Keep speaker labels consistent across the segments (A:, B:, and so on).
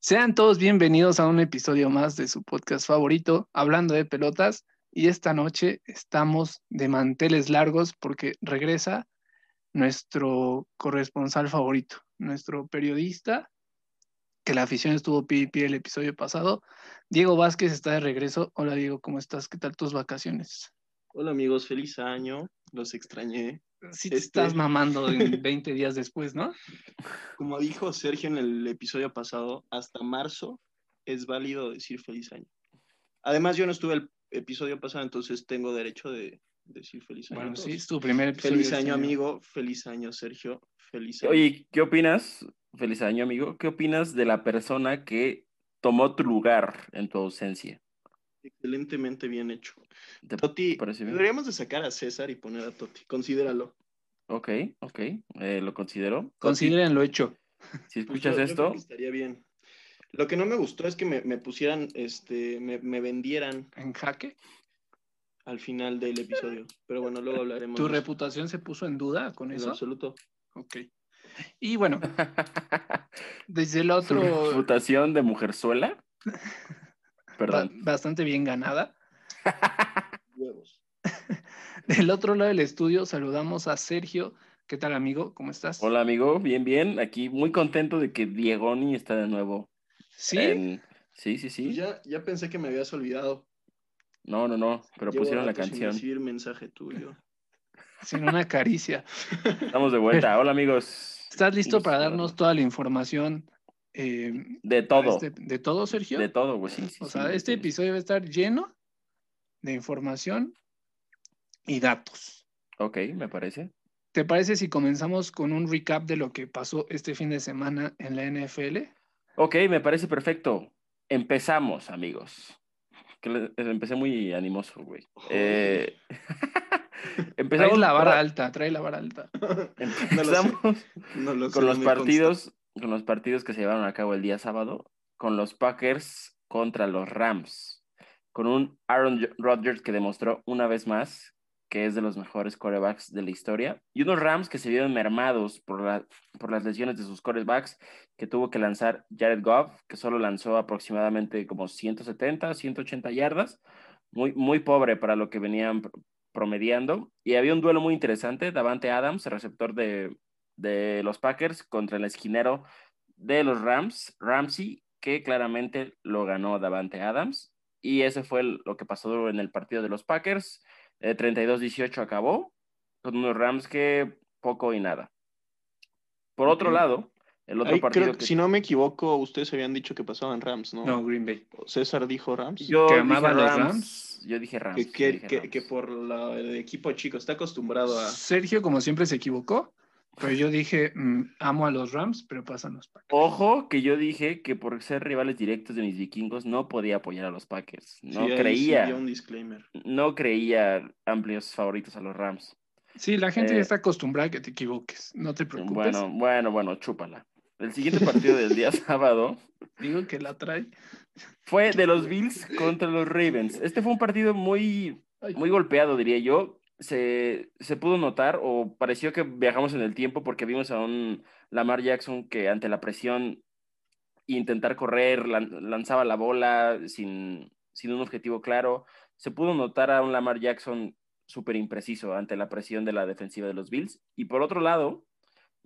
A: Sean todos bienvenidos a un episodio más de su podcast favorito, Hablando de Pelotas. Y esta noche estamos de manteles largos porque regresa nuestro corresponsal favorito, nuestro periodista, que la afición estuvo pipi el episodio pasado. Diego Vázquez está de regreso. Hola Diego, ¿cómo estás? ¿Qué tal tus vacaciones?
B: Hola amigos, feliz año. Los extrañé.
A: Sí, te
B: Este-
A: estás mamando en 20 días después, ¿no?
B: Como dijo Sergio en el episodio pasado, hasta marzo es válido decir feliz año. Además, yo no estuve el episodio pasado, entonces tengo derecho de decir feliz año. a
A: Bueno, sí,
B: todos.
A: es tu primer episodio.
B: feliz
A: de este
B: año, amigo. Feliz año, Sergio. Feliz año.
C: Oye, ¿qué opinas? Feliz año, amigo. ¿Qué opinas de la persona que tomó tu lugar en tu ausencia?
B: Excelentemente bien hecho.
C: ¿Te
B: Toti,
C: parece bien?
B: deberíamos de sacar a César y poner a Toti. Considéralo.
C: Ok, ok, eh, lo considero.
A: Consideren lo hecho.
B: Pues
C: Si escuchas
B: yo- yo creo
C: esto,
B: que Estaría bien. Lo que no me gustó es que me, me pusieran, este, me, me vendieran
A: ¿En jaque?
B: al final del episodio. Pero bueno, luego hablaremos.
A: ¿Tu
B: de eso.
A: reputación se puso en duda con
B: En
A: eso?
B: absoluto.
A: Ok. Y bueno, desde el
C: su
A: otro,
C: reputación de mujerzuela.
A: ba-
C: Perdón.
A: bastante bien ganada.
B: Huevos.
A: Del otro lado del estudio saludamos a Sergio. ¿Qué tal, amigo? ¿Cómo estás?
C: Hola, amigo. Bien, bien. Aquí muy contento de que Diegoni está de nuevo.
A: ¿Sí?
C: en- Sí, sí,
B: Pues
C: sí.
B: Ya, ya pensé que me habías olvidado.
C: No, no, no. Pero
B: Llevo
C: pusieron la
B: rato sin
C: canción.
B: recibir mensaje tuyo.
A: Sin una caricia.
C: Estamos de vuelta. Hola, amigos.
A: ¿Estás listo
C: Gusto
A: para
C: verlos.
A: darnos toda la información eh,
C: De todo.
A: este- de todo, Sergio?
C: De todo, güey. Sí, sí,
A: o
C: sí,
A: sea,
C: de-
A: este episodio va a estar lleno de información y datos.
C: Ok, me parece.
A: ¿Te parece si comenzamos con un recap de lo que pasó este fin de semana en la NFL?
C: Ok, me parece perfecto. Empezamos, amigos. Que le- eh, empecé muy animoso, güey. Eh,
A: Trae
C: empezamos
A: la vara alta, trae la vara alta.
B: No lo sé,
C: empezamos
B: no lo sé,
C: con
B: no
C: los
B: me
C: partidos, con los partidos que se llevaron a cabo el día sábado, con los Packers contra los Rams, con un Aaron Jo- Rodgers que demostró una vez más que es de los mejores corebacks de la historia, y unos Rams que se vieron mermados por, la- por las lesiones de sus corebacks que tuvo que lanzar Jared Goff, que solo lanzó aproximadamente como 170, 180 yardas, muy, muy pobre para lo que venían pr- promediando, y había un duelo muy interesante, Davante Adams, receptor de, de los Packers contra el esquinero de los Rams, Ramsey, que claramente lo ganó Davante Adams. Y ese fue el- lo que pasó en el partido de los Packers. Eh, 32-18 acabó, con unos Rams que poco y nada. Por otro
B: Ok.
C: lado, el otro
B: Ahí
C: partido
B: creo que,
C: que-
B: si no me equivoco, ustedes habían dicho que pasaban Rams, ¿no?
A: No, Green Bay.
B: César dijo Rams.
C: yo
A: que
C: dije
A: amaba a los
C: Rams,
A: Rams.
C: Yo dije Rams.
B: que,
C: yo
B: que-
C: dije
B: que-
C: Rams.
B: que por la- el equipo chico está acostumbrado a.
A: Sergio, como siempre, se equivocó, pero yo dije, mm, amo a los Rams, pero pasan los Packers.
C: Ojo que yo dije que por ser rivales directos de mis vikingos no podía apoyar a los Packers. No
B: Sí, ahí sí
C: creía.
B: había un disclaimer.
C: no creía amplios favoritos a los Rams.
A: Sí, la gente ya
C: Eh.
A: está acostumbrada a que te equivoques, no te preocupes.
C: Bueno, bueno, bueno, chúpala. El siguiente partido del día sábado
A: Digo que la trae.
C: fue de los Bills contra los Ravens. Este fue un partido muy,
A: Ay.
C: muy golpeado, diría yo. Se, se pudo notar o pareció que viajamos en el tiempo porque vimos a un Lamar Jackson que ante la presión intentar correr, lan- lanzaba la bola sin, sin un objetivo claro. Se pudo notar a un Lamar Jackson súper impreciso ante la presión de la defensiva de los Bills. Y por otro lado,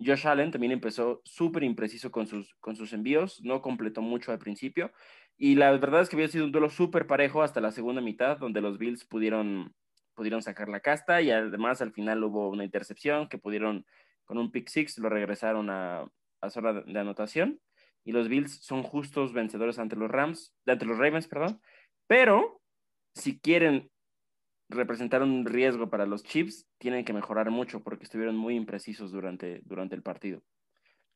C: Josh Allen también empezó súper impreciso con sus, con sus envíos, no completó mucho al principio. Y la verdad es que había sido un duelo súper parejo hasta la segunda mitad, donde los Bills pudieron, pudieron sacar la casta y además al final hubo una intercepción que pudieron, con un pick six, lo regresaron a, a zona de- de anotación. Y los Bills son justos vencedores ante los Rams, ante los Ravens, perdón. Pero si quieren representar un riesgo para los Chiefs, tienen que mejorar mucho porque estuvieron muy imprecisos durante, durante el partido.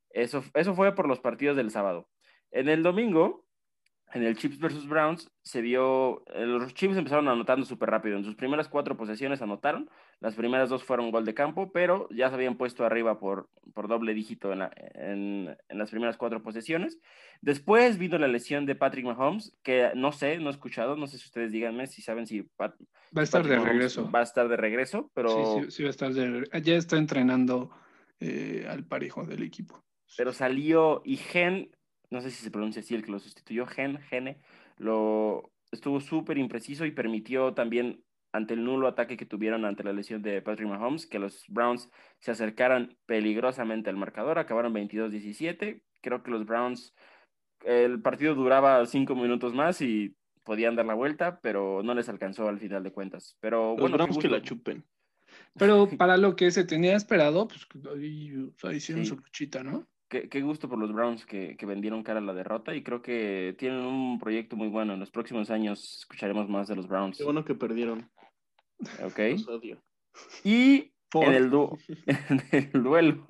C: Eso, eso fue por los partidos del sábado. En el domingo, en el Chiefs versus Browns, se vio, eh, los Chiefs empezaron anotando súper rápido. En sus primeras cuatro posesiones anotaron, las primeras dos fueron gol de campo, pero ya se habían puesto arriba por, por doble dígito en, la- en- en las primeras cuatro posesiones. Después vino la lesión de Patrick Mahomes, que no sé, no he escuchado, no sé si ustedes díganme si saben si Pat-
A: Va a estar de
C: Patrick Mahomes
A: regreso.
C: Va a estar de regreso, pero,
A: Sí, sí, sí va a estar de regreso. Ya está entrenando eh, al parejo del equipo.
C: pero salió Igen no sé si se pronuncia así, el que lo sustituyó, Gen, Gene, lo estuvo súper impreciso y permitió también ante el nulo ataque que tuvieron ante la lesión de Patrick Mahomes, que los Browns se acercaran peligrosamente al marcador, acabaron 22-17. Creo que los Browns, el partido duraba cinco minutos más y podían dar la vuelta, pero no les alcanzó al final de cuentas. Pero
B: Los
C: bueno, qué
B: Browns que
C: gusto.
B: la chupen.
A: Pero para lo que se tenía esperado, pues ahí, o sea, hicieron
C: Sí.
A: su luchita, ¿no?
C: Qué, qué gusto por los Browns que, que vendieron cara a la derrota y creo que tienen un proyecto muy bueno. En los próximos años escucharemos más de los Browns.
B: Qué bueno que perdieron.
C: ¿ok?
B: Los odio.
C: Y
A: Por-
C: en el, du- en el duelo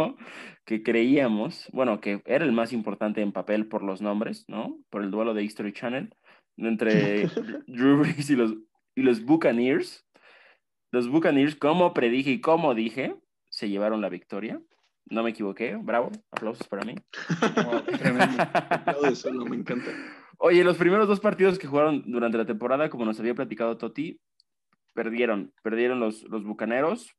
C: que creíamos, bueno, que era el más importante en papel por los nombres, ¿no? Por el duelo de History Channel entre Drew Brees y los, y los Buccaneers. Los Buccaneers, como predije y como dije, se llevaron la victoria. No me equivoqué, bravo, aplausos para mí.
A: Wow, tremendo.
B: Aplaudo solo, me encanta.
C: Oye, los primeros dos partidos que jugaron durante la temporada, como nos había platicado Toti, perdieron. Perdieron los, los bucaneros.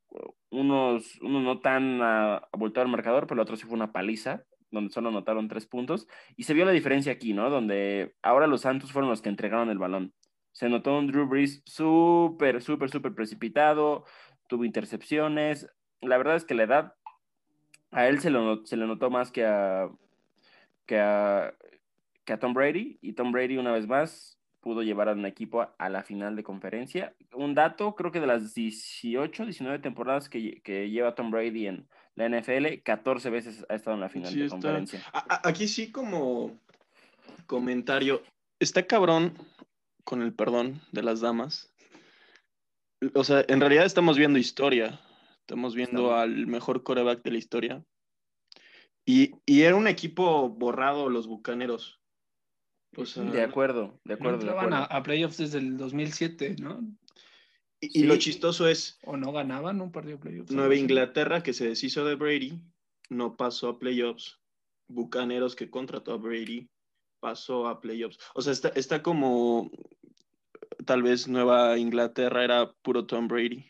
C: Unos, uno no tan ah, abultado el marcador, pero el otro sí fue una paliza, donde solo anotaron tres puntos. Y se vio la diferencia aquí, ¿no? Donde ahora los Santos fueron los que entregaron el balón. Se notó un Drew Brees súper, súper, súper precipitado. Tuvo intercepciones. La verdad es que la edad a él se, lo not- se le notó más que a, que a que a Tom Brady y Tom Brady una vez más pudo llevar a un equipo a, a la final de conferencia. Un dato, creo que de las 18, 19 temporadas que, lle- que lleva Tom Brady en la NFL, 14 veces ha estado en la final
B: Sí,
C: de
B: está.
C: conferencia.
B: A- a- Aquí sí como comentario. Está cabrón, con el perdón de las damas. O sea, en realidad estamos viendo historia. Estamos viendo
C: Estamos.
B: al mejor coreback de la historia. Y, y era un equipo borrado los Bucaneros. O sea,
C: De acuerdo,
A: No
C: de acuerdo, de
A: entraban a,
C: acuerdo.
A: a playoffs desde el 2007, ¿no?
B: y, y lo
C: Sí.
B: chistoso es,
A: O no ganaban un partido de playoffs.
B: Nueva Inglaterra, que se deshizo de Brady, no pasó a playoffs. Bucaneros, que contrató a Brady, pasó a playoffs. O sea, está, está como. Tal vez Nueva Inglaterra era puro Tom Brady.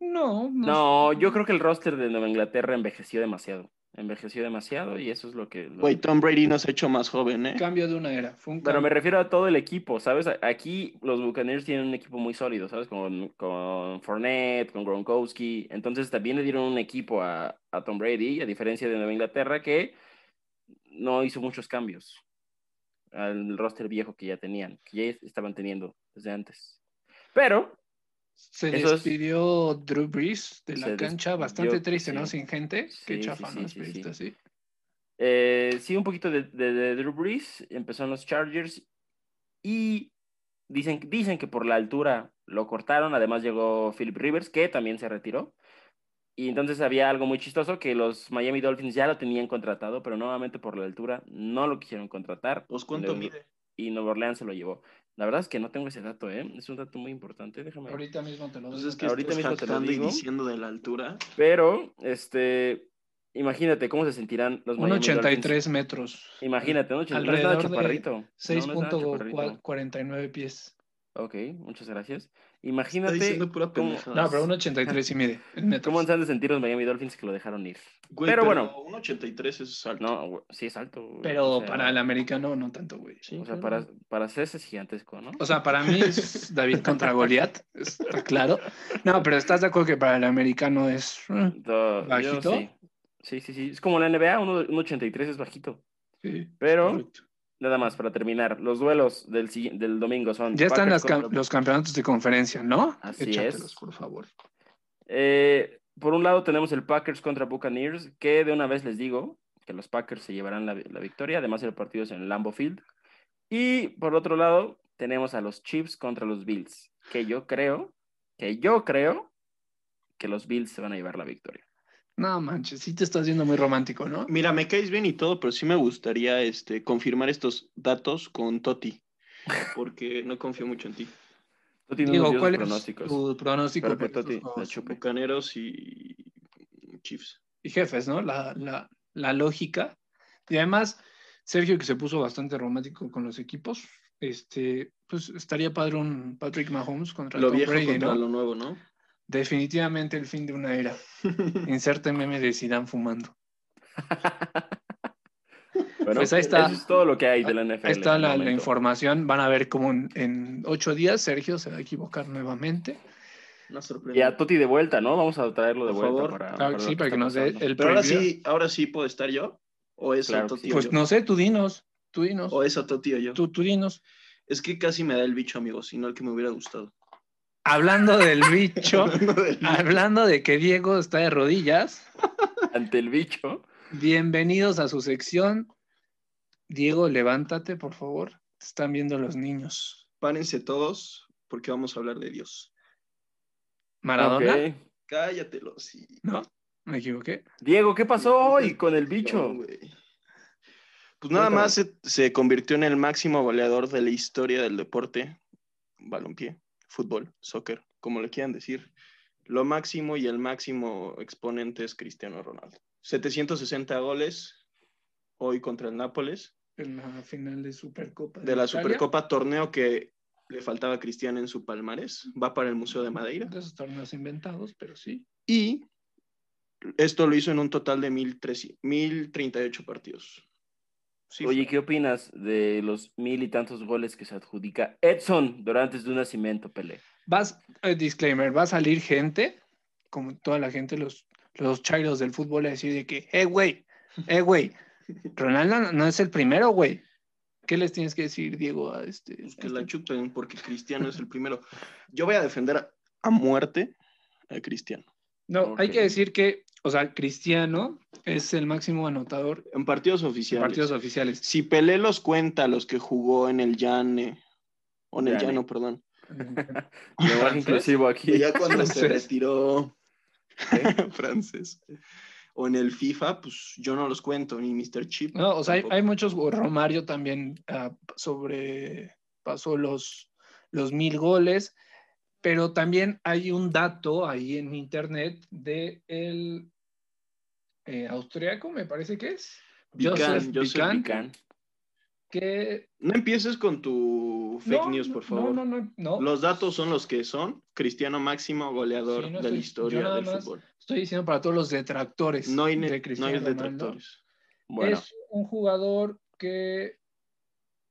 A: No,
C: No, yo creo que el roster de Nueva Inglaterra envejeció demasiado. Envejeció demasiado y eso es lo que... lo-
B: Güey, Tom Brady nos ha hecho más joven, ¿eh?
A: Cambio de una era. Fue un
C: Pero me
A: cambio.
C: refiero a todo el equipo, ¿sabes? A- Aquí los Buccaneers tienen un equipo muy sólido, ¿sabes? Con, con Fournette, con Gronkowski. Entonces también le dieron un equipo a, a Tom Brady, a diferencia de Nueva Inglaterra, que no hizo muchos cambios al roster viejo que ya tenían, que ya estaban teniendo desde antes. Pero
A: Se
C: eso es-
A: despidió Drew Brees de la
C: Se
A: cancha,
C: despidió,
A: bastante triste, ¿no?
C: sí.
A: Sin gente.
C: Sí,
A: Qué
C: sí,
A: chafa,
C: sí,
A: ¿no? Los
C: sí, sí.
A: periodistas, sí.
C: Eh, sí, un poquito de, de- de Drew Brees, empezó en los Chargers y dicen, dicen que por la altura lo cortaron, además llegó Philip Rivers, que también se retiró. Y entonces había algo muy chistoso que los Miami Dolphins ya lo tenían contratado, pero nuevamente por la altura no lo quisieron contratar.
B: ¿Os cuánto
C: Le-
B: mide?
C: Y Nueva Orleans se lo llevó. La verdad es que no tengo ese dato, ¿eh? Es un dato muy importante, déjame.
A: Ahorita mismo te lo doy.
B: Entonces, que
C: Pues Ahorita
B: ahorita
C: mismo
B: mismo
C: te lo digo.
B: y diciendo de la altura.
C: Pero, este, imagínate cómo se sentirán los
A: Un
C: Miami Dolphins.
A: 83 metros.
C: Imagínate, ¿no? No es nada
A: Alrededor de
C: chaparrito. No, no es nada chaparrito.
A: 6.49 pies.
C: Ok, muchas gracias.
B: Está
C: Imagínate
B: diciendo pura
C: cómo-
B: pendejada.
A: No, pero un 83 sí mide. En metros.
C: cómo se han de sentir los Miami Dolphins que lo dejaron ir.
B: Güey,
C: pero
B: pero
C: bueno.
B: Un 83 es alto.
C: No, güey, sí es alto. güey,
A: Pero
C: o sea,
A: para el americano no tanto, güey.
B: Sí,
C: O sea,
B: claro.
C: para, para hacerse es gigantesco, ¿no?
A: O sea, para mí es David contra Goliat, está claro. No, pero estás de acuerdo que para el americano es. eh,
C: Do- yo
A: ¿bajito?
C: sí. sí, sí, sí. Es como la NBA, uno- un 83 es bajito.
A: sí.
C: Pero, nada más, para terminar, los duelos del, sigui- del domingo son...
A: Ya están las
C: Packers
A: cam-
C: contra-
A: los campeonatos de conferencia, ¿no?
C: Así
A: Échatelos,
C: es.
A: por favor.
C: Eh, por un lado tenemos el Packers contra Buccaneers, que de una vez les digo que los Packers se llevarán la, la victoria, además el partido es en Lambeau Field. Y por otro lado tenemos a los Chiefs contra los Bills, que yo creo, que yo creo que los Bills se van a llevar la victoria.
A: No manches, sí te estás viendo muy romántico, ¿no?
B: Mira, me caes bien y todo, pero sí me gustaría este, confirmar estos datos con Toti, porque no confío mucho en ti.
C: Tú tienes unos
A: Digo,
C: dioses
A: ¿cuál es
C: pronósticos.
A: tu pronóstico
C: Espero que
A: para estos
C: Toti la
A: juegos?
C: chupe.
B: Bucaneros y Chiefs.
A: y jefes, ¿no? La, la, la lógica. Y además, Sergio, que se puso bastante romántico con los equipos, este, pues estaría padre un Patrick Mahomes contra
B: Lo
A: Tom
B: viejo
A: Brady,
B: contra
A: ¿no?
B: lo nuevo, ¿no?
A: Definitivamente el fin de una era. Inserte meme de Zidane fumando.
C: Pero
A: Pues ahí está.
C: eso es todo lo que hay de la NFL.
A: Ahí está
C: en el
A: la, la
C: momento.
A: información. Van a ver cómo en, en ocho días Sergio se va a equivocar nuevamente.
B: Una
C: Y
B: sorpresa.
C: a Toti de vuelta, ¿no? Vamos a traerlo de
B: Por
C: vuelta.
B: favor.
C: para,
A: Claro que
C: lo
A: sí, para que
C: está
A: nos dé
C: pasando.
A: el
B: Pero ahora
A: preview.
B: sí, ahora sí puedo estar yo. O es a
C: Claro que
B: Toti
C: sí.
B: o
A: Pues
B: yo.
A: no sé, tú dinos. Tú dinos.
B: O es a Toti o yo.
A: Tú, tú dinos.
B: Es que casi me da el bicho, amigos, sino el que me hubiera gustado.
A: Hablando del bicho,
B: Hablando del bicho.
A: hablando de que Diego está de rodillas,
C: Ante el bicho.
A: bienvenidos a su sección. Diego, levántate, por favor. Te están viendo los niños.
B: Párense todos, porque vamos a hablar de Dios.
A: Maradona,
C: Ok.
B: Cállatelo, sí.
A: ¿no? Me equivoqué.
C: Diego, ¿qué pasó
B: pues,
C: hoy con el bicho?
B: No, güey. Pues nada más se, se convirtió en el máximo goleador de la historia del deporte, balompié, fútbol, soccer, como le quieran decir. Lo máximo y el máximo exponente es Cristiano Ronaldo. 760 goles hoy contra el Nápoles
A: En la final de Supercopa.
B: de la
A: Italia.
B: Supercopa, torneo que le faltaba a Cristiano en su palmarés. Va para el Museo de Madeira.
A: De esos torneos inventados, pero sí.
B: Y esto lo hizo en un total de 1013 1038 partidos. Sí,
C: Oye, ¿qué opinas de los mil y tantos goles que se adjudica Edson Dorantes de un nacimiento, Pelé?
A: Vas, eh, disclaimer, va a salir gente, como toda la gente, los, los chairos del fútbol, a decir de que, eh, güey, eh, güey, Ronaldo no- no es el primero, güey. ¿Qué les tienes que decir, Diego, a este?
B: Pues
A: a
B: que
A: este-
B: la chupen porque Cristiano es el primero. Yo voy a defender a, a muerte a Cristiano.
A: No, hay
C: Ok.
A: que decir que, o sea, Cristiano es el máximo anotador
B: En partidos
A: en
B: oficiales.
A: partidos oficiales.
B: Si Pelé los cuenta, los que jugó en el Llane, o en el
C: Llane.
B: Llano, perdón.
C: Lenguaje inclusivo aquí.
B: ya cuando se
A: Francés.
B: retiró francés. O en el FIFA, pues yo no los cuento, ni Mr. Chip.
A: No, o sea, hay,
B: tampoco.
A: hay muchos. o Romario también ah, sobre pasó los, los mil goles, pero también hay un dato ahí en internet de el eh, austriaco, me parece que es,
B: Vicán,
A: Joseph
B: Joseph
A: Vicán.
B: Vicán.
C: Can.
A: que
B: No empieces con tu fake
A: No,
B: news,
A: no,
B: por favor.
A: No, no, no, no.
B: Los datos son los que son. Cristiano máximo goleador
A: Sí, no
B: de
A: estoy-
B: la
A: yo
B: historia
A: nada
B: del
A: más-
B: fútbol.
A: Estoy diciendo para todos los detractores
B: No hay, ne-
A: de
B: no hay
A: Cristiano Ronaldo.
B: detractores.
C: Bueno,
A: Es un jugador que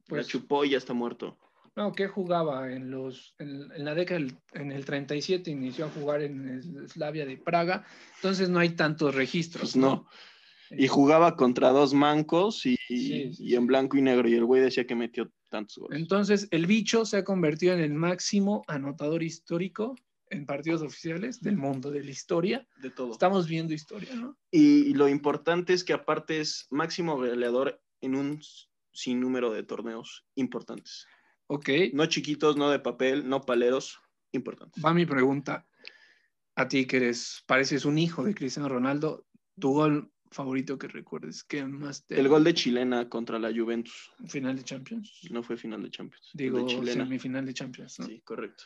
A: pues,
B: La chupó y ya está muerto.
A: No, que jugaba en los en, en la década del- en el 37 inició a jugar en el Slavia de Praga, entonces no hay tantos registros.
B: Pues no. Y jugaba contra dos mancos y,
A: Sí, sí,
B: y en
A: sí.
B: blanco y negro. Y el güey decía que metió tantos goles.
A: Entonces el bicho se ha convertido en el máximo anotador histórico en partidos oficiales del mundo de la historia.
B: De todo.
A: Estamos viendo historia, ¿no?
B: Y lo importante es que aparte es máximo goleador en un sinnúmero de torneos importantes.
A: Ok,
B: No chiquitos, no de papel, no paleros, importantes.
A: va mi pregunta. A ti que eres, pareces un hijo de Cristiano Ronaldo, tu gol favorito que recuerdes, ¿qué más te
B: El gol de Chilena contra la Juventus.
A: final de Champions?
B: No fue final de Champions. el
A: Digo,
B: de Chilena.
A: semifinal de Champions, ¿no?
B: Sí, correcto.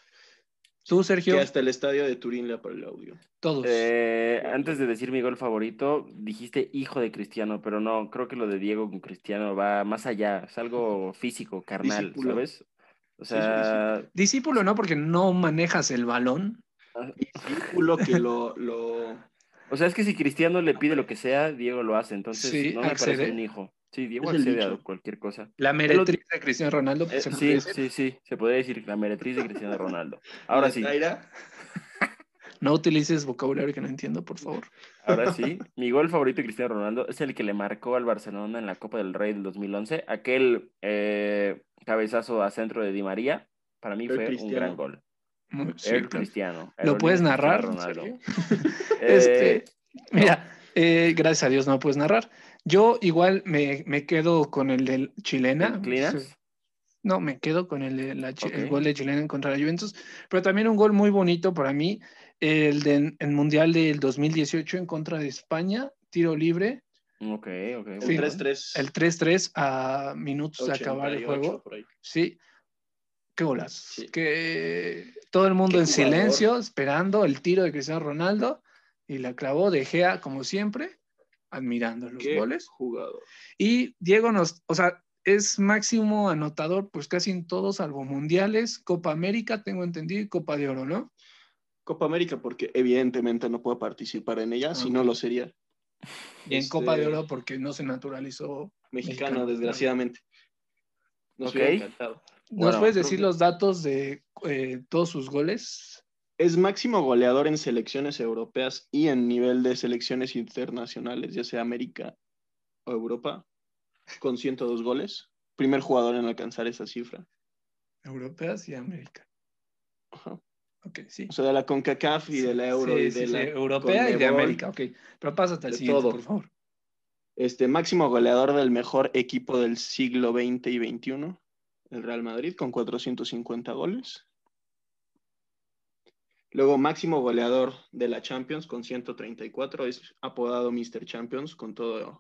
A: Tú, Sergio,
B: Que hasta el estadio de Turín le para el audio.
A: todos.
C: eh, antes de decir mi gol favorito, dijiste hijo de Cristiano, pero no, creo que lo de Diego con Cristiano va más allá. Es algo físico, carnal,
B: Discípulo.
C: ¿sabes? O
B: Sí, es un
C: sea,
A: Discípulo no, porque no manejas el balón.
B: Culo que lo, lo,
C: o sea, es que si Cristiano le pide lo que sea, Diego lo hace. Entonces,
A: Sí,
C: no me
A: accede.
C: parece un hijo. Sí, Diego
B: Es el
C: accede a
B: bicho.
C: cualquier cosa.
A: La meretriz de Cristiano Ronaldo. pues,
C: Eh,
A: se
C: sí,
A: parece.
C: sí, sí, se podría decir la meretriz de Cristiano Ronaldo. Ahora sí,
B: Taira,
A: No utilices vocabulario que no entiendo, por favor.
C: ahora sí. Mi gol favorito de Cristiano Ronaldo es el que le marcó al Barcelona en la Copa del Rey del 2011. Aquel eh, cabezazo a centro de Di María, para mí
B: Pero
C: fue un
B: Cristiano.
C: gran gol.
A: Muy- sí,
C: el
A: claro.
C: Cristiano.
A: ¿Lo puedes
C: Aerolínea
A: narrar?
C: Cristiano Ronaldo.
A: Sergio?
C: Eh,
A: Este, Mira, eh, gracias a Dios no puedes narrar. Yo igual me, me quedo con el de Chilena.
C: ¿el Cleaners?
A: Sí. No, me quedo con el, de la chi- el
C: Ok.
A: gol de Chilena contra la Juventus. Pero también un gol muy bonito para mí, el del el Mundial del 2018 en contra de España, tiro libre.
C: Ok, ok.
B: el
A: Sí,
C: bueno.
B: 3-3.
A: El 3-3 a minutos de
B: 88
A: acabar el juego.
B: por ahí.
A: Sí. Qué golas.
B: Sí.
A: Que todo el mundo
B: Qué
A: en
B: jugador.
A: silencio, esperando el tiro de Cristiano Ronaldo. Y la clavó De Gea, como siempre, admirando los
B: Qué
A: goles.
B: jugador.
A: Y Diego nos, o sea, es máximo anotador, pues casi en todos, salvo mundiales, Copa América, tengo entendido, y Copa de Oro, ¿no?
B: Copa América, porque evidentemente no puedo participar en ella,
A: Ah,
B: si
A: ok.
B: no lo sería.
A: Y en
B: Este,
A: Copa de Oro, porque no se naturalizó
B: mexicano,
A: Mexicano.
B: desgraciadamente. Nos
C: Ok.
B: hubiera encantado.
A: ¿Nos
C: Bueno,
A: puedes
C: creo
A: decir
C: que-
A: los datos de eh, todos sus goles?
B: Es máximo goleador en selecciones europeas y en nivel de selecciones internacionales, ya sea América o Europa, con 102 goles. Primer jugador en alcanzar esa cifra.
A: Europeas y América.
B: Ajá.
A: Ok, sí.
B: O sea, de la CONCACAF y de la Euro
A: Sí,
B: y
A: sí,
B: de
A: sí,
B: la
A: Europea y de
B: Conmebol.
A: América, ok. Pero pásate al
B: De
A: siguiente,
B: todo.
A: por favor.
B: Este máximo goleador del mejor equipo del siglo XX y XXI, el Real Madrid, con 450 goles. Luego, máximo goleador de la Champions con 134, es apodado Mr. Champions con toda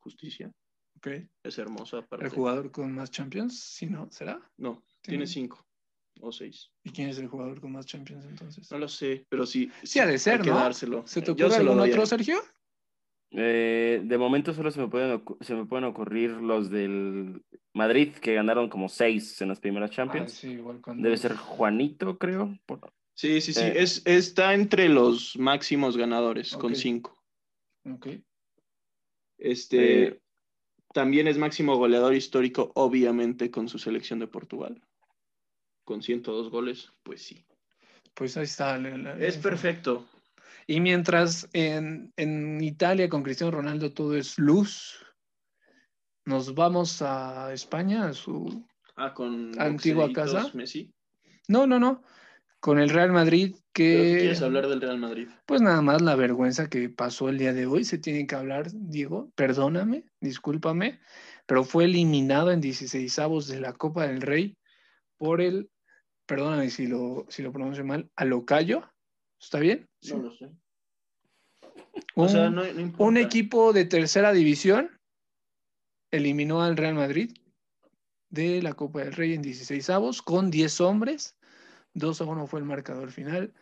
B: justicia.
A: Ok.
B: Es hermosa para
A: El jugador con más Champions, si no, ¿será?
B: No, tiene cinco o seis.
A: ¿Y quién es el jugador con más Champions entonces?
B: No lo sé, pero sí.
A: Sí, ha de ser,
B: hay que
A: ¿no?
B: dárselo.
A: ¿Se te
B: Yo
A: ocurre
B: se lo
A: algún
B: doy a
A: otro,
B: él.
A: Sergio?
C: Eh, de momento solo se me, pueden ocu- se me pueden ocurrir los del Madrid, que ganaron como seis en las primeras Champions.
A: Ah, sí, igual cuando-
C: Debe ser Juanito, creo. por-
B: Sí, sí, sí.
C: Eh.
B: Es, está entre los máximos ganadores con
A: Ok.
B: cinco.
A: Ok.
B: Este
C: Eh.
B: también es máximo goleador histórico, obviamente, con su selección de Portugal. Con 102 goles, pues sí.
A: Pues ahí está. la- la-
B: Es
A: la-
B: perfecto.
A: Y mientras en, en Italia con Cristiano Ronaldo todo es luz, nos vamos a España, a su...
B: Ah, con
A: Antigua
B: boxeitos,
A: casa.
B: Messi.
A: No, no, no. Con el Real Madrid
B: Pero
A: que...
B: tú quieres hablar del Real Madrid.
A: Pues nada más la vergüenza que pasó el día de hoy, se tiene que hablar, Diego, perdóname, discúlpame, pero fue eliminado en 16 de la Copa del Rey por el, perdóname si lo, si lo pronuncio mal, Alocayo, ¿está bien? Sí.
B: No lo sé.
A: un,
B: o sea, no, no importa.
A: un equipo de tercera división eliminó al Real Madrid de la Copa del Rey en 16 con 10 hombres, 2 a 1 fue el marcador final.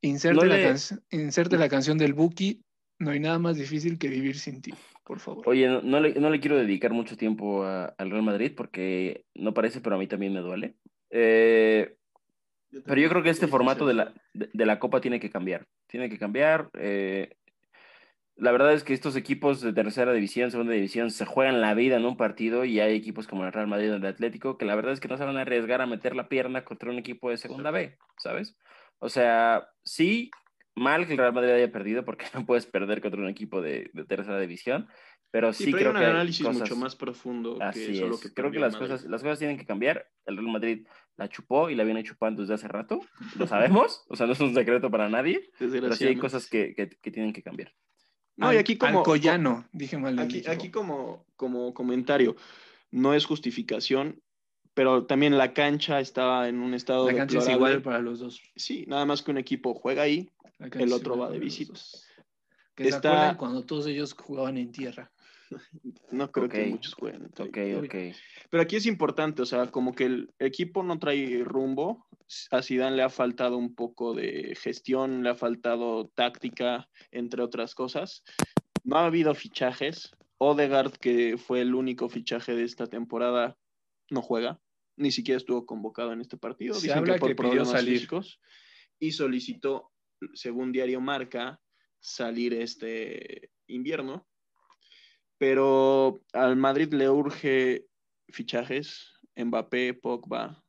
A: Inserte,
C: No
A: la,
C: le-
A: canc- inserte la canción del Buki, no hay nada más difícil que vivir sin ti, por favor.
C: Oye, no, no le, no le quiero dedicar mucho tiempo a- al Real Madrid porque no parece, pero a mí también me duele. Eh, Pero yo creo que este formato de la, de, de la Copa tiene que cambiar. Tiene que cambiar. eh, la verdad es que estos equipos de tercera división, segunda división, se juegan la vida en un partido y hay equipos como el Real Madrid o el Atlético que la verdad es que no se van a arriesgar a meter la pierna contra un equipo de segunda B, ¿sabes? O sea, sí, mal que el Real Madrid haya perdido porque no puedes perder contra un equipo de, de tercera división, pero sí,
B: Sí, pero
C: creo
B: hay un
C: que hay
B: análisis
C: cosas-
B: mucho más profundo que
C: Así
B: solo
C: es.
B: que
C: Creo que
B: cambió
C: las
B: Madrid.
C: cosas, las cosas tienen que cambiar. El Real Madrid la chupó y la viene chupando desde hace rato. Lo sabemos. o sea, no es un secreto para nadie. Pero sí hay
B: Desgraciadamente.
C: cosas que, que- que tienen que cambiar.
B: No, y aquí como-
A: Alcoyano, dije mal. el
B: Aquí,
A: equipo.
B: aquí como, como comentario, no es justificación, pero también la cancha estaba en un estado
A: la cancha es
B: deplorable.
A: igual para los dos.
B: Sí, nada más que un equipo juega ahí.
A: La cancha
B: El
A: es
B: otro
A: igual
B: va
A: para
B: de
A: los
B: visita.
A: dos. Que se
B: Está-
A: acuerdan cuando todos ellos jugaban en tierra.
B: No creo
C: Ok.
B: que muchos jueguen. entre
C: Ok,
B: ellos.
C: ok.
B: Pero aquí es importante, o sea, como que el equipo no trae rumbo. A Zidane le ha faltado un poco de gestión, le ha faltado táctica, entre otras cosas. No ha habido fichajes. Odegaard, que fue el único fichaje de esta temporada, no juega. Ni siquiera estuvo convocado en este partido.
A: Se
B: Dicen
A: habla
B: que por
A: que pidió
B: problemas
A: salir.
B: físicos. Y solicitó, según Diario Marca, salir este invierno. Pero al Madrid le urge fichajes, Mbappé, Pogba,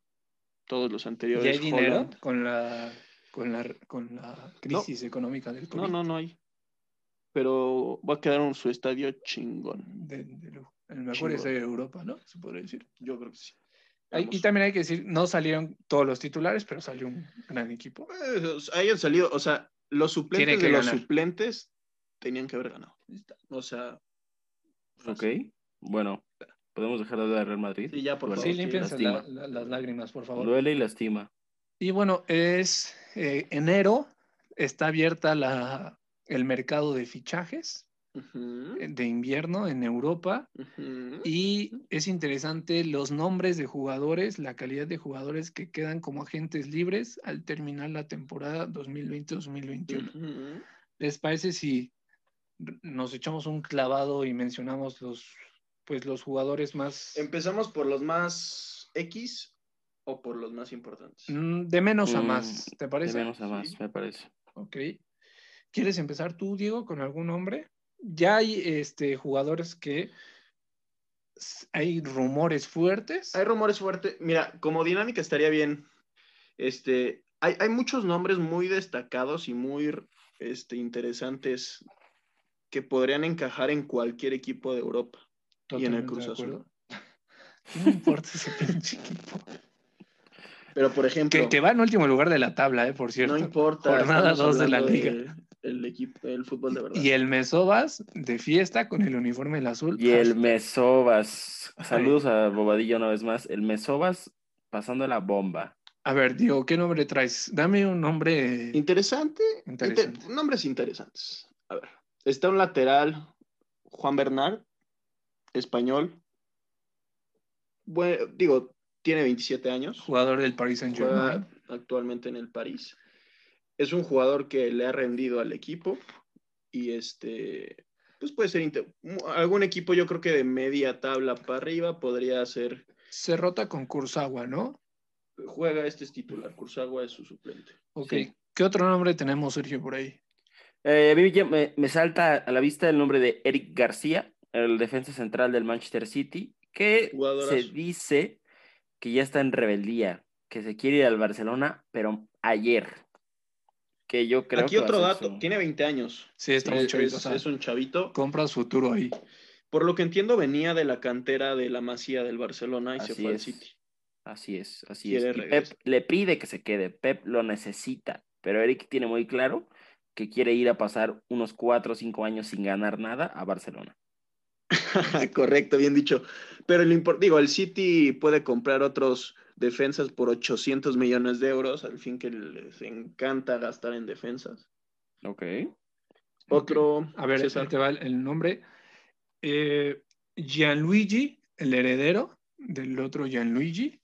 B: todos los
A: ¿Y
B: anteriores.
A: hay dinero
B: Haaland.
A: con la, con la, con la crisis económica del COVID?
B: No, no, no hay. Pero va a quedar en su estadio chingón.
A: De- de lo- el mejor
B: Chingón.
A: es de Europa, ¿no? Se podría decir.
B: Yo creo que sí.
A: Hay- y también hay que decir, no salieron todos los titulares, pero salió un gran equipo.
B: Hermoso. Eh, hayan salido, o sea, los
A: Tiene
B: suplentes
A: que
B: de los
A: ganar.
B: suplentes tenían que haber ganado. O sea,
C: Ok. Bueno, podemos dejar de hablar del Real Madrid.
B: Sí, ya, por
C: Duele,
A: Pues sí,
B: favor,
A: límpiense
C: lastima.
A: la- la- las lágrimas, por favor.
C: Duele y lastima.
A: Y bueno, es eh, enero, está abierta la, el mercado de fichajes
B: ujú,
A: eh, de invierno en Europa.
B: ujú.
A: Y es interesante los nombres de jugadores, la calidad de jugadores que quedan como agentes libres al terminar la temporada 2020-2021.
B: Ujú.
A: ¿Les parece si r- nos echamos un clavado y mencionamos los, pues, los jugadores más
C: Em,
B: Empezamos por los más X o por los más importantes.
A: mm, de menos a
C: Mm,
A: más? ¿Te
C: De
A: parece?
C: menos a más,
B: Sí.
C: me parece.
A: Ok. ¿Quieres empezar tú, Diego, con algún nombre? Ya hay este, jugadores que hay rumores fuertes.
B: Hay rumores fuertes. Mira, como dinámica estaría bien. Este, hay, hay muchos nombres muy destacados y muy este, interesantes que podrían encajar en cualquier equipo de Europa y en el
A: Totalmente
B: Cruz
A: de
B: Azul.
A: acuerdo. No importa ese pinche equipo.
B: Pero, por ejemplo,
A: Que, que va en último lugar de la tabla, eh, por cierto.
B: no importa.
A: Jornada
B: estamos
A: dos de la
B: hablando
A: liga.
B: el equipo, el fútbol de verdad.
A: y el Mesobas de fiesta con el uniforme del azul.
C: Y el Mesobas. Saludos a Bobadilla una vez más. El Mesobas pasando la bomba.
A: A ver, Diego, ¿qué nombre traes? Dame un nombre
B: Interesante. Inter-
A: interesante.
B: nombres interesantes. A ver, está un lateral, Juan Bernard, español. Bueno, digo, tiene 27 años.
A: Jugador del Paris Saint Germain.
B: Juega
C: ¿eh?
B: actualmente en el París. Es un jugador que le ha rendido al equipo y este, pues puede ser inter- algún equipo yo creo que de media tabla para arriba podría ser,
A: Se rota con Kurzawa, ¿no?
B: juega este es titular, Cursagua es su suplente.
A: Ok.
C: Sí.
A: ¿Qué otro nombre tenemos, Sergio, por ahí?
C: Eh, a mí ya me, me salta a la vista el nombre de Eric García, el defensa central del Manchester City, que
B: Jugadorazo.
C: se dice que ya está en rebeldía, que se quiere ir al Barcelona, pero ayer. Que yo creo
B: Aquí
C: que va a
B: otro
C: ser
B: dato,
C: su-
B: tiene 20 años.
A: Sí, está
B: es,
A: muy chavito. o
B: es-
A: sea,
C: ¿eh?
B: es un chavito.
A: Compras futuro ahí.
B: Por lo que entiendo, venía de la cantera de la Masía del Barcelona y se
C: Así
B: fue
C: es.
B: al City.
C: Así es, así
B: Quiere
C: es. Y Pep
B: regresar.
C: le pide que se quede, Pep lo necesita, pero Eric tiene muy claro que quiere ir a pasar unos cuatro o cinco años sin ganar nada a Barcelona.
B: Correcto, bien dicho. Pero lo impor- digo, el City puede comprar otros defensas por 800 millones de euros, al fin que les encanta gastar en defensas.
C: Ok.
B: Otro,
A: A ver,
B: César.
A: ahí te va el, el nombre. Eh, Gianluigi, el heredero del otro Gianluigi,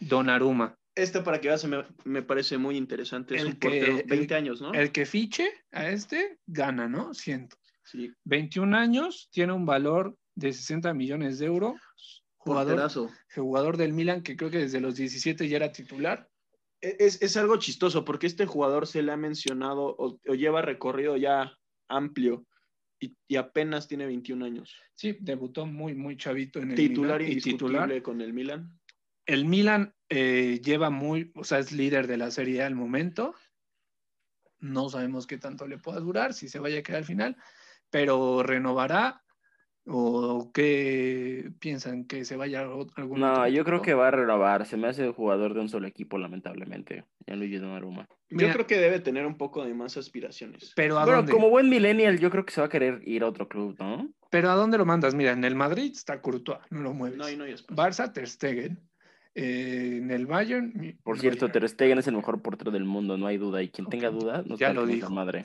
A: Donnarumma.
B: Este para que veas se me, me parece muy interesante. Es
A: El
B: un
A: que-
B: portero,
A: el-
B: 20 años, ¿no?
A: El que fiche a este gana, ¿no? Siento.
B: sí,
A: 21 años, tiene un valor de 60 millones de euros. Jugador,
B: porterazo.
A: jugador del Milan que creo que desde los 17 ya era titular.
B: E-, Es, es algo chistoso porque este jugador se le ha mencionado o, o lleva recorrido ya amplio y, y apenas tiene 21 años.
A: Sí, debutó muy, muy chavito en el
B: Titular
A: Milan. y
B: indiscutible
A: titular.
B: con el Milan.
A: El Milan eh, lleva muy, o sea, es líder de la Serie A al momento. No sabemos qué tanto le pueda durar, si se vaya a quedar al final, pero renovará o qué piensan que se vaya a ot- algún
C: No,
A: otro
C: yo creo
A: equipo?
C: que va a renovar. Se me hace jugador de un solo equipo, lamentablemente. Gianluigi Donnarumma.
A: Mira.
B: Yo creo que debe tener un poco de más aspiraciones.
A: Pero ¿a,
C: Bueno,
A: dónde?
C: como buen millennial, yo creo que se va a querer ir a otro club, ¿no?
A: pero ¿a dónde lo mandas? Mira, en el Madrid está Courtois, no lo mueves.
B: No, y no hay espacio.
A: Barça, Ter Stegen. Eh, en el Bayern. mi-
C: Por
A: no,
C: cierto,
A: ya.
C: Ter Stegen es el mejor portero del mundo, no hay duda. Y quien tenga duda, nos
A: Ya lo
C: partimos la
A: dijo.
C: madre.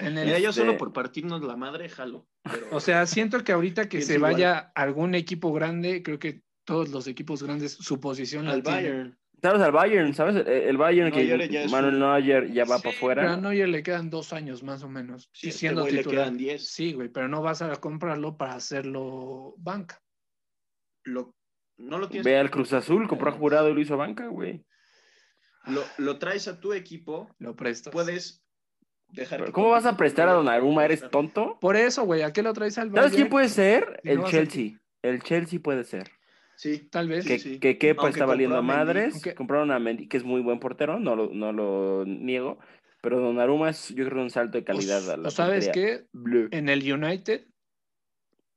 A: En el-
B: Mira, yo
C: Este-
B: solo por partirnos la madre, jalo. pero-
A: O sea, siento que ahorita que
B: Pienso
A: se
B: igual.
A: vaya algún equipo grande, creo que todos los equipos grandes, su posición
B: al
A: la tienen.
B: Bayern.
C: Sabes al Bayern, ¿sabes? El- El Bayern
B: Neuer ya
C: que
B: es
C: Manuel
B: un-
C: Neuer ya va
A: Sí,
C: para afuera.
A: Pero a Neuer le quedan dos años más o menos. y
B: Sí, este
A: siendo
B: güey le
A: titular.
B: quedan 10.
A: Sí, güey, pero no vas a comprarlo para hacerlo banca.
B: Lo, no lo tienes.
C: Ve al Cruz Azul, compró a jurado y lo hizo a banca, güey.
B: Lo, lo traes a tu equipo,
A: Lo prestas.
B: puedes dejar.
C: Pero
B: que-
C: ¿Cómo vas a prestar a Donnarumma? ¿Eres tonto?
A: Por eso, güey, ¿a qué lo traes al Bayern?
C: ¿Sabes quién puede ser?
A: Si
C: el
A: no vas a-
C: Chelsea. El Chelsea puede ser.
B: Sí.
A: Tal vez.
C: que,
B: sí.
C: que Kepa
B: Aunque
C: está valiendo
B: compró a Mendy,
C: madres.
A: aunque-
C: Compraron a Mendy, que es muy buen portero, no lo, no lo niego. Pero Donnarumma es, yo creo, un salto de calidad
A: O-
C: a la
A: Pues, o ¿Sabes
C: portería.
A: qué?
C: Bleu.
A: En el United,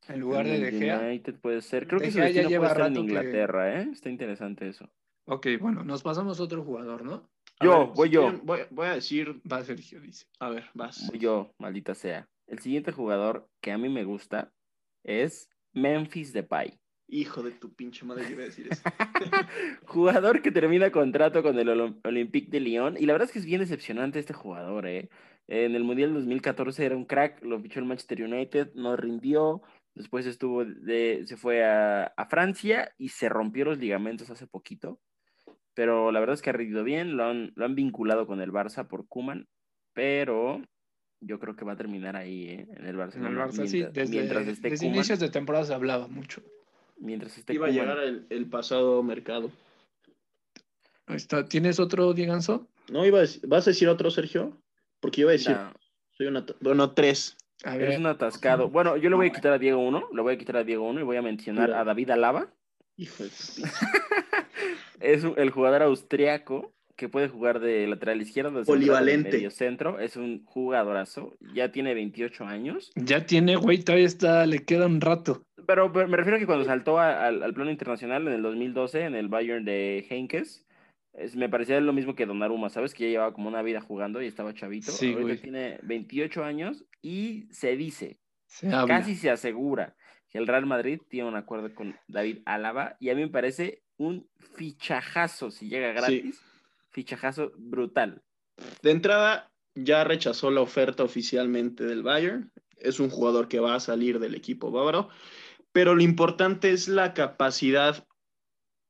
A: en lugar
C: En
A: de
C: el
A: De Gea.
C: United puede ser. Creo
A: De
C: que su
A: Gea ya
C: destino
A: lleva
C: puede estar en
A: rato que-
C: Inglaterra, ¿eh? Está interesante eso.
A: Ok, bueno, nos pasamos a otro jugador, ¿no?
B: A
C: Yo,
B: ver,
C: voy
B: si
C: yo.
B: quieren, voy, voy a decir.
A: Va Sergio, dice.
B: A ver, vas.
C: Voy Yo, maldita sea. El siguiente jugador que a mí me gusta es Memphis Depay.
B: Hijo de tu pinche madre, yo iba a decir eso.
C: Jugador que termina contrato con el Olim- Olympique de Lyon. Y la verdad es que es bien decepcionante este jugador, ¿eh? En el Mundial 2014 era un crack, lo fichó el Manchester United, no rindió. Después estuvo de, se fue a, a Francia y se rompió los ligamentos hace poquito. Pero la verdad es que ha rendido bien, lo han, lo han vinculado con el Barça por Kuman, pero yo creo que va a terminar ahí, ¿eh? En el Barça.
A: En el Barça, sí, desde,
C: esté
A: desde
C: Koeman-
A: inicios de temporada se hablaba mucho.
C: mientras esté
B: Iba a
C: Koeman.
B: llegar el, el pasado mercado.
A: Ahí está. ¿Tienes otro, Dieganzo?
B: No, iba a decir- ¿Vas a decir otro, Sergio? Porque iba a decir.
C: No.
B: Soy una. Bueno, tres.
A: A
C: Eres
A: ver,
C: un atascado. Bueno, yo le voy a quitar a Diego uno, le voy a quitar a Diego uno y voy a mencionar a David Alaba.
B: Hijo de su-
C: Es un- el jugador austriaco que puede jugar de lateral izquierdo, de
B: Polivalente.
C: medio centro. Es un jugadorazo. Ya tiene 28 años.
A: ya tiene, güey, todavía está, le queda un rato.
C: Pero, pero me refiero a que cuando saltó a- al, al plano internacional en el 2012 en el Bayern de Henkes, es- me parecía lo mismo que Donnarumma, ¿sabes? Que ya llevaba como una vida jugando y estaba chavito.
A: Sí,
C: Ahorita
A: güey.
C: tiene 28 años y se dice,
A: Se habla.
C: casi se asegura que el Real Madrid tiene un acuerdo con David Álava y a mí me parece un fichajazo, si llega gratis, fichajazo brutal.
B: De entrada, ya rechazó la oferta oficialmente del Bayern. Es un jugador que va a salir del equipo bávaro. Pero lo importante es la capacidad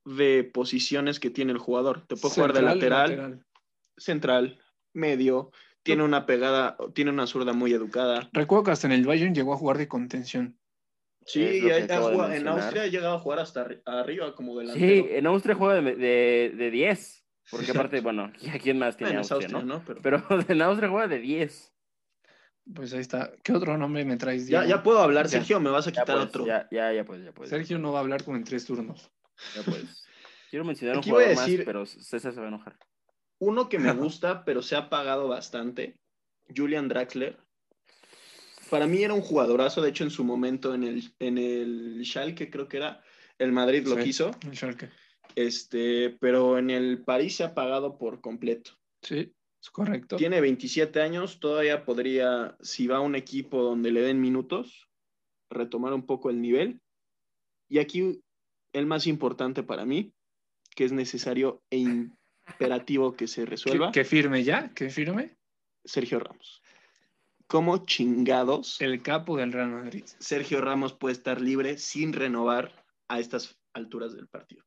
B: de posiciones que tiene el jugador. Te puede jugar de
A: Central,
B: lateral, central, medio. Tiene una pegada, tiene una zurda muy educada.
A: Recuerdo que hasta en el Bayern llegó a jugar de contención.
B: Sí,
C: Es lo que
B: ha- ha
C: acabo de
B: jugado- en
C: mencionar.
B: Austria ha llegado a jugar hasta arri- arriba como delantero.
C: Sí, eh, en Austria juega de, de, de 10, porque
B: Exacto.
C: aparte, bueno, ¿a quién más tiene
B: Bueno, es
C: Austria, no?
B: ¿no? Pero-
C: Pero en Austria juega de 10.
A: Pues ahí está. ¿Qué otro nombre me traes,
B: ya,
A: Diego?
B: ya puedo hablar,
A: Ya.
B: Sergio, me vas a
C: Ya
B: quitar
C: pues,
B: otro.
C: Ya, ya, ya pues, ya pues.
A: Sergio no va a hablar como en tres turnos.
C: Ya pues. Quiero mencionar un
B: Aquí voy a
C: jugador más,
B: decir-
C: pero César se va a enojar.
B: Uno que me gusta, pero se ha pagado bastante, Julian Draxler. Para mí era un jugadorazo, de hecho en su momento en el, en el Schalke creo que era, el Madrid lo
A: Sí.
B: quiso,
A: El Schalke.
B: este, pero en el París se ha pagado por completo.
A: Sí, es correcto.
B: Tiene 27 años, todavía podría, si va a un equipo donde le den minutos, retomar un poco el nivel. Y aquí el más importante para mí, que es necesario e imperativo que se
A: que,
B: resuelva.
A: que firme ya, que firme.
B: Sergio Ramos. ¿Cómo chingados
A: El capo del Real Madrid.
B: Sergio Ramos puede estar libre sin renovar a estas alturas del partido?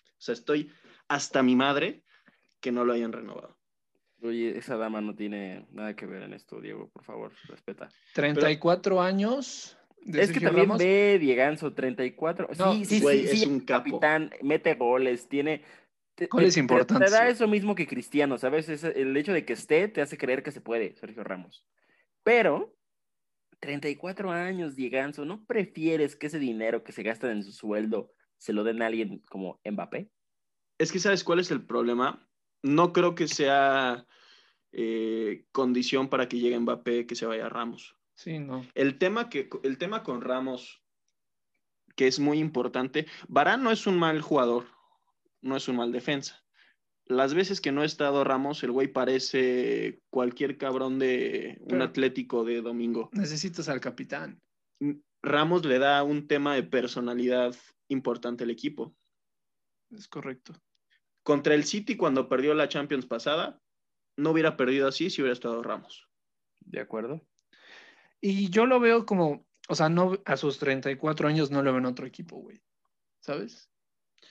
B: O sea, estoy hasta mi madre que no lo hayan renovado.
C: Oye, esa dama no tiene nada que ver en esto, Diego, por favor, respeta.
A: 34 años de
C: es que
A: Sergio
C: también
A: Ramos.
C: ve Dieganzo, 34.
A: No,
C: sí, sí,
B: Güey,
C: sí,
B: es
C: sí,
B: un capo.
C: capitán, mete goles, tiene... te-
A: Goles
C: te-
A: importantes,
C: Te da
A: sí.
C: eso mismo que Cristiano, ¿sabes? Es el hecho de que esté te hace creer que se puede, Sergio Ramos. Pero, 34 años, Dieganzo, ¿no prefieres que ese dinero que se gastan en su sueldo se lo den a alguien como Mbappé?
B: Es que, ¿sabes cuál es el problema? No creo que sea eh, condición para que llegue Mbappé que se vaya Ramos.
A: Sí, no.
B: El tema, que, el tema con Ramos, que es muy importante, Barán no es un mal jugador, no es un mal defensa. Las veces que no ha estado Ramos, el güey parece cualquier cabrón de un
A: Pero-
B: atlético de domingo.
A: Necesitas al capitán.
B: Ramos le da un tema de personalidad importante al equipo.
A: Es correcto.
B: Contra el City, cuando perdió la Champions pasada, no hubiera perdido así si hubiera estado Ramos.
C: ¿De acuerdo?
A: Y yo lo veo como, o sea, no a sus 34 años no lo veo en otro equipo, güey. ¿Sabes?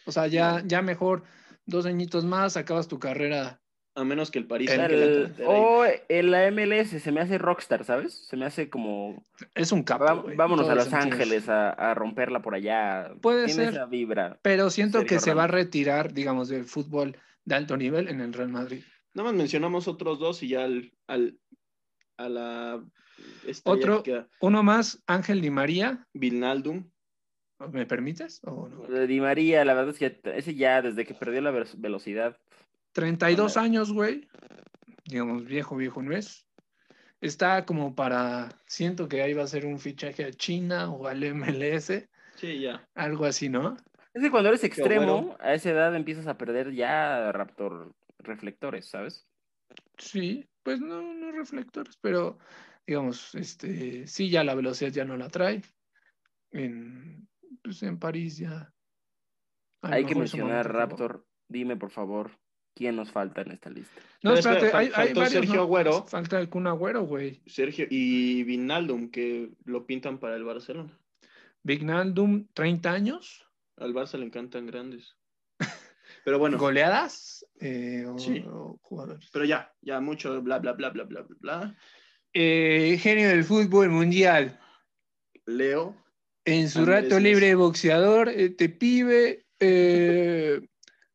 A: O sea, ya, ya mejor dos añitos más, acabas tu carrera.
B: A menos que el París...
A: El-
B: saque la cantera y-
C: o en la MLS se me hace rockstar, ¿sabes? Se me hace como
A: Es un capo.
C: Va-
A: güey, en
C: vámonos a
A: todos los
C: Los
A: sentidos.
C: Ángeles a, a romperla por allá.
A: Puede
C: Tiene
A: ser.
C: esa vibra.
A: Pero siento
C: Sergio
A: que se va a
C: Ramos.
A: retirar, digamos, del fútbol de alto nivel en el Real Madrid.
B: Nada más mencionamos otros dos y ya al, al- a la estrella
A: Otro.
B: que queda,
A: Uno más, Ángel Di María.
B: Wijnaldum.
A: ¿Me permites? ¿O no?
C: Lo de Di María, la verdad es que ese ya, desde que perdió la ve- velocidad,
A: 32
C: Ándale.
A: años, güey. Digamos, viejo, viejo no es. Está como para. Siento que ahí va a ser un fichaje a China o al MLS,
B: Sí, ya.
A: algo así, ¿no?
C: es que cuando eres extremo,
B: bueno.
C: a esa edad empiezas a perder ya Raptor reflectores, ¿sabes?
A: Sí, pues no, no reflectores, pero digamos, este, sí, ya la velocidad ya no la trae. En, pues en París ya. a lo
C: Hay que
A: mejor su
C: mencionar
A: momento llegó.
C: Raptor. Dime, por favor, ¿quién nos falta en esta lista?
A: No,
B: Pero
A: espérate,
B: espera, fal-
A: hay, hay
B: faltó
A: varios,
B: Sergio
A: ¿no?
B: Agüero.
A: Falta el Kun Agüero, güey.
B: Sergio y Wijnaldum que lo pintan para el Barcelona.
A: Vignaldum, 30 años.
B: Al Barça le encantan grandes. Pero bueno,
A: ¿Goleadas? Eh, o-
B: Sí.
A: o jugadores.
B: pero ya, ya mucho bla bla bla bla bla bla bla.
A: Eh, genio del fútbol mundial.
B: Leo,
A: En su
B: Andrés
A: rato
B: Messi.
A: libre boxeador, este eh, pibe. eh,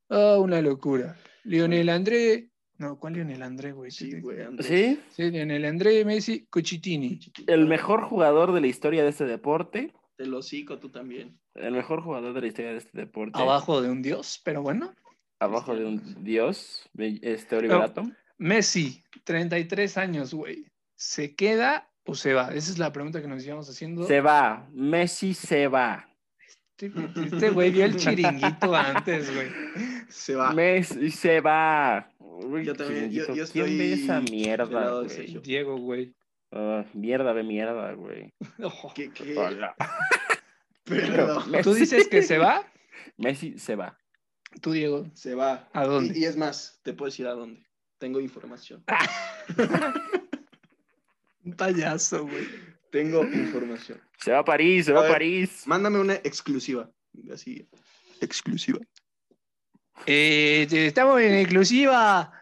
A: ah, una locura. Lionel André, No, ¿cuál Lionel André, güey?
B: Sí, güey. Andrés.
C: ¿Sí?
A: Sí, Lionel André, Messi, Cuchitini.
B: eh,
C: El mejor jugador de la historia de este deporte.
B: Te lo hocico tú también.
C: El mejor jugador de la historia de este deporte.
A: Abajo de un dios, pero bueno.
C: Abajo de un dios. Este Oliver
A: No.
C: Atom.
A: Messi, 33 años, güey. ¿Se queda o se va? Esa es la pregunta que nos íbamos haciendo.
C: Se va. Messi se va.
A: Este este güey vio el chiringuito antes, güey.
B: Se va.
C: Messi se va. Uy,
B: Yo también, yo-
C: chiringuito,
B: yo
C: ¿Quién ve
B: estoy
C: esa
B: del
C: mierda,
B: lado de
C: güey?
B: Sergio.
A: Diego, güey.
C: Ah, mierda ve mierda, güey.
A: Oh.
B: ¿Qué, qué?
C: Hola.
B: Pero
C: Messi-
A: ¿Tú dices que se va?
C: Messi se va.
A: Tú, Diego.
B: se va.
A: ¿A dónde? Ah.
B: Y, y es más, te puedo decir a dónde. Tengo información.
A: Un payaso, güey.
B: Tengo información.
C: Se va a París, se va
B: A
C: a
B: ver.
C: París.
B: Mándame una exclusiva. Así. Exclusiva.
A: Eh, estamos en exclusiva.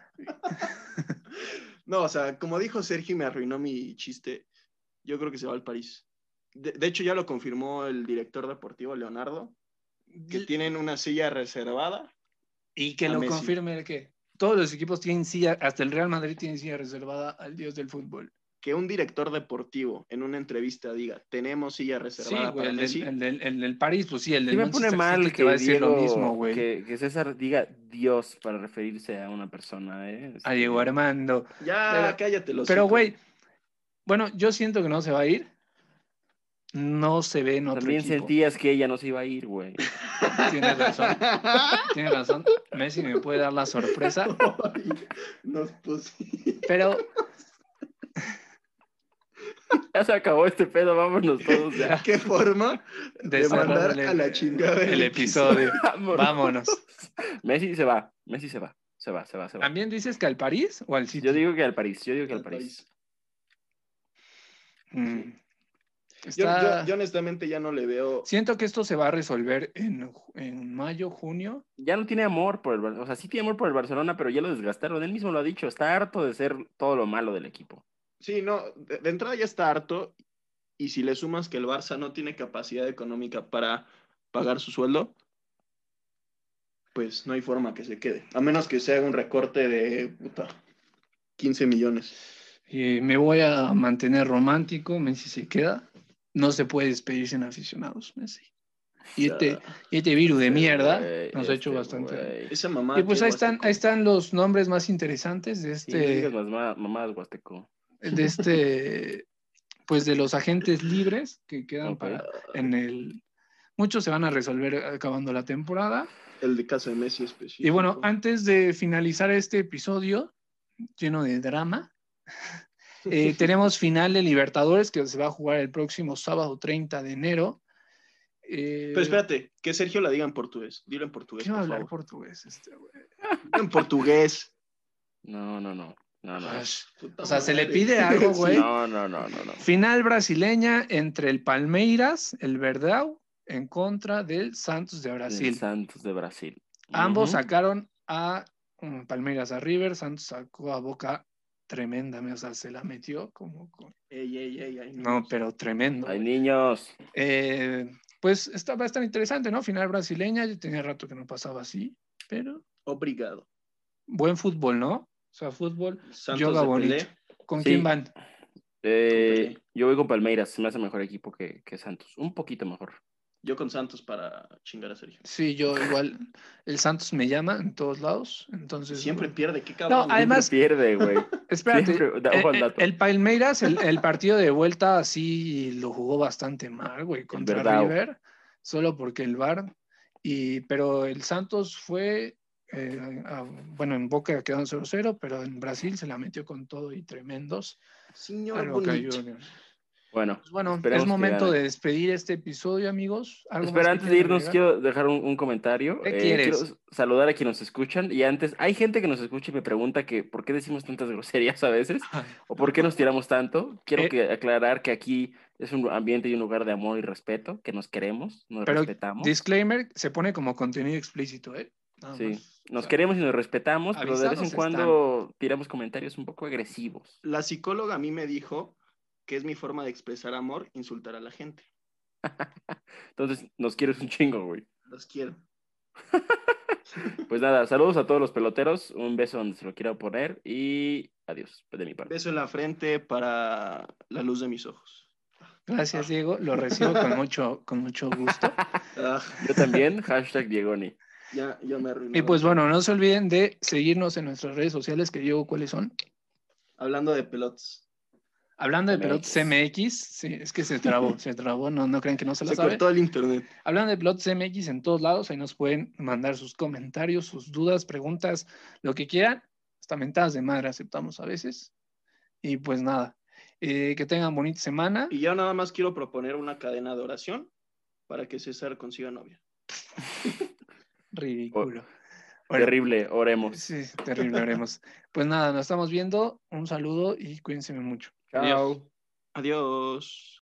B: No, o sea, como dijo Sergio y me arruinó mi chiste, yo creo que se va al París. De, de hecho, ya lo confirmó el director deportivo Leonardo, que tienen una silla reservada.
A: Y que
B: a
A: lo
B: Messi.
A: confirme el que todos los equipos tienen silla, hasta el Real Madrid tiene silla reservada al dios del fútbol.
B: Que un director deportivo en una entrevista diga, tenemos silla
A: Sí,
B: reservada
A: güey,
B: para
A: el
B: Messi.
A: del, el del- el del París, pues sí, el del
C: Sí me pone
A: Manchester
C: mal
A: City
C: que,
A: te va a decir lo
C: Diego-
A: mismo, güey.
C: que, que César diga Dios para referirse a una persona, ¿eh?
A: A Diego Armando.
B: Ya,
A: Pero-
B: cállate los
A: Pero, güey, bueno, yo siento que no se va a ir. No se ve en otro
C: También
A: equipo.
C: sentías que ella no se iba a ir, güey.
A: Tienes razón, tienes razón. Messi me puede dar la sorpresa,
B: Nos pusimos.
A: pero
C: Ya se acabó este pedo, vámonos todos ya.
B: ¿Qué forma de,
A: De cerrar
B: mandar
A: el-
B: a la chingada
A: el episodio.
C: Vámonos.
A: Vámonos.
C: Messi se va, Messi se va, se va, se va, se va.
A: ¿También dices que al París o al City?
C: Yo digo que al París, yo digo que al
B: Al
C: París.
B: París.
A: Mm.
B: Yo,
A: Está-
B: yo- yo honestamente ya no le veo.
A: Siento que esto se va a resolver en, ju- en mayo, junio.
C: Ya no tiene amor por el Barcelona, o sea, sí tiene amor por el Barcelona, pero ya lo desgastaron. Él mismo lo ha dicho, está harto de ser todo lo malo del equipo.
B: Sí, no, de, de entrada ya está harto. Y si le sumas que el Barça no tiene capacidad económica para pagar su sueldo, pues no hay forma que se quede. A menos que se haga un recorte de puta, 15 millones.
A: Eh, me voy a mantener romántico. Messi se queda. No se puede despedir sin aficionados, Messi. Y este, y este virus de
C: Este
A: mierda
C: güey,
A: nos ha hecho
C: este
A: bastante.
C: güey.
B: Esa mamá.
A: Y pues ahí están, ahí están los nombres más interesantes de
C: Sí, no digas
A: este,
C: mamá- mamás, Huasteco.
A: de este, pues de los agentes libres que quedan
C: Ok.
A: para en el. Muchos se van a resolver acabando la temporada.
B: El de caso de Messi específico.
A: Y bueno, antes de finalizar este episodio lleno de drama, eh, tenemos final de Libertadores que se va a jugar el próximo sábado 30 de enero. Eh,
B: Pero espérate, que Sergio la diga en portugués. Dilo en portugués.
A: ¿Qué va a
B: Por
A: hablar
B: favor.
A: portugués este güey?
B: Dilo En portugués.
C: No, no, no. No, no.
B: Puta
A: O sea, se le
B: madre.
A: pide algo,
B: Sí.
A: güey.
C: No, no, no, no, no.
A: Final brasileña entre el Palmeiras, el Verdão, en contra del Santos de
C: El
A: Brasil.
C: Santos de Brasil.
A: Ambos
C: Ujú.
A: sacaron a mm, Palmeiras a River, Santos sacó a Boca tremendamente, o sea, se la metió como con
B: Ey, ey, ey, ey,
A: No, pero tremendo.
C: Ay,
A: güey.
C: niños.
A: Eh, pues está, va a estar interesante, ¿no? Final brasileña, yo tenía rato que no pasaba así, pero
B: Obrigado.
A: buen fútbol, ¿no? O sea, fútbol.
B: Santos
A: Yoga
B: de
A: bonito.
B: Pelé.
A: ¿Con
C: Sí.
A: quién van?
C: Eh,
B: Con Pelé.
C: yo voy con Palmeiras, se me hace mejor equipo que, que Santos. Un poquito mejor.
B: Yo con Santos para chingar a Sergio.
A: Sí, yo igual. El Santos me llama en todos lados, entonces.
B: Siempre
A: bueno.
B: pierde, qué cabrón.
A: No, además-
C: Siempre pierde, güey.
A: Espérate.
C: Siempre- da-
A: eh,
C: ojo al
A: eh,
C: dato.
A: el Palmeiras, el, el partido de vuelta sí lo jugó bastante mal, güey, contra
C: Verdao.
A: River, solo porque el VAR. Y, pero el Santos fue, eh, a- bueno, en Boca quedaron 0-0, pero en Brasil se la metió con todo y tremendos.
B: Señor
A: al Boca
B: bonito.
A: Juniors.
C: Bueno.
A: Pues bueno,
C: Esperemos
A: es
C: que
A: momento
C: gane.
A: de despedir este episodio, amigos. ¿Algo más que
C: Espera, antes de
A: quieran
C: irnos,
A: agregar?
C: quiero dejar un, un comentario. Eh,
A: ¿Qué quieres?
C: Quiero saludar a quienes nos escuchan. Y antes, hay gente que nos escucha y me pregunta que por qué decimos tantas groserías a veces.
A: Ay,
C: ¿O por qué nos tiramos tanto? Quiero
A: Eh.
C: que aclarar que aquí es un ambiente y un lugar de amor y respeto, que nos queremos, nos
A: Pero
C: respetamos.
A: Disclaimer, se pone como contenido explícito, ¿eh? Nada
C: Sí,
A: más.
C: Nos
A: O sea,
C: queremos y nos respetamos, pero de vez en
A: avisados
C: cuando tiramos comentarios un poco agresivos.
B: La psicóloga a mí me dijo que es mi forma de expresar amor, insultar a la gente.
C: Entonces, nos quieres un chingo, güey.
B: Los quiero.
C: Pues nada, saludos a todos los peloteros, un beso donde se lo quiera poner y adiós de mi parte.
B: Beso en la frente para la luz de mis ojos.
A: Gracias, Diego. Lo recibo con mucho, con mucho gusto.
B: Ah,
C: Yo también, hashtag Diegoni.
B: ya, ya me arruiné.
A: Y pues bueno, no se olviden de seguirnos en nuestras redes sociales, que Diego, ¿cuáles son?
B: Hablando de pelotas.
A: Hablando de
C: MX.
A: Pelotas MX, sí, es que se trabó, se trabó, no, no crean que no se la
B: Se
A: sabe.
B: cortó el internet.
A: Hablando de Pelotas MX en todos lados, ahí nos pueden mandar sus comentarios, sus dudas, preguntas, lo que quieran. Hasta mentadas de madre aceptamos a veces. Y pues nada, eh, que tengan bonita semana.
B: Y ya nada más quiero proponer una cadena de oración para que César consiga novia.
A: Ridículo. Bueno,
C: Terrible, oremos.
A: Sí, terrible, haremos. Pues nada, nos estamos viendo. Un saludo y cuídense mucho.
C: Chao.
B: Adiós.